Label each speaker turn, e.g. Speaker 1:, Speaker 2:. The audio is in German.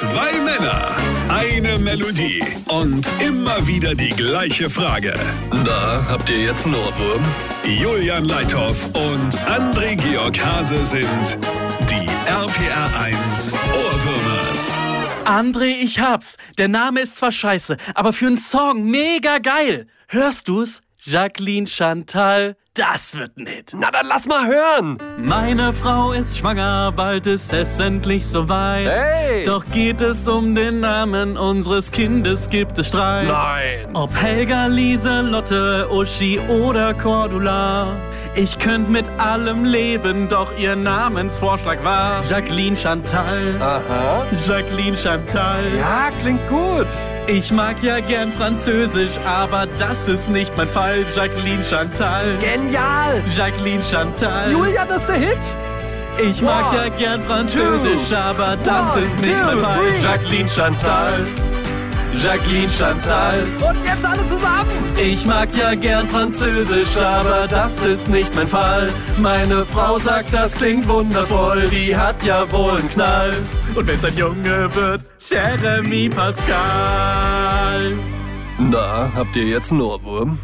Speaker 1: Drei Männer, eine Melodie und immer wieder die gleiche Frage.
Speaker 2: Da habt ihr jetzt einen Ohrwurm.
Speaker 1: Julian Leithoff und André Georg Hase sind die RPR 1 Ohrwürmers.
Speaker 3: André, ich hab's. Der Name ist zwar scheiße, aber für einen Song mega geil. Hörst du's? Jacqueline Chantal, das wird ein Hit.
Speaker 2: Na dann lass mal hören.
Speaker 3: Meine Frau ist schwanger, bald ist es endlich soweit.
Speaker 2: Hey!
Speaker 3: Doch geht es um den Namen unseres Kindes, gibt es Streit.
Speaker 2: Nein.
Speaker 3: Ob Helga, Lieselotte, Uschi oder Cordula. Ich könnt mit allem leben, doch ihr Namensvorschlag war Jacqueline Chantal.
Speaker 2: Aha.
Speaker 3: Jacqueline Chantal.
Speaker 2: Ja, klingt gut.
Speaker 3: Ich mag ja gern Französisch, aber das ist nicht mein Fall. Jacqueline Chantal.
Speaker 2: Genial.
Speaker 3: Jacqueline Chantal.
Speaker 2: Julia, das ist der Hit.
Speaker 3: Ich mag
Speaker 2: One,
Speaker 3: ja gern Französisch, aber das
Speaker 2: one,
Speaker 3: ist nicht
Speaker 2: two,
Speaker 3: mein Fall.
Speaker 2: three.
Speaker 3: Jacqueline Chantal. Jacqueline Chantal.
Speaker 2: Und jetzt alle zusammen.
Speaker 3: Ich mag ja gern Französisch, aber das ist nicht mein Fall. Meine Frau sagt, das klingt wundervoll, die hat ja wohl einen Knall. Und wenn's ein Junge wird, Jeremy Pascal.
Speaker 2: Na, habt ihr jetzt einen Ohrwurm?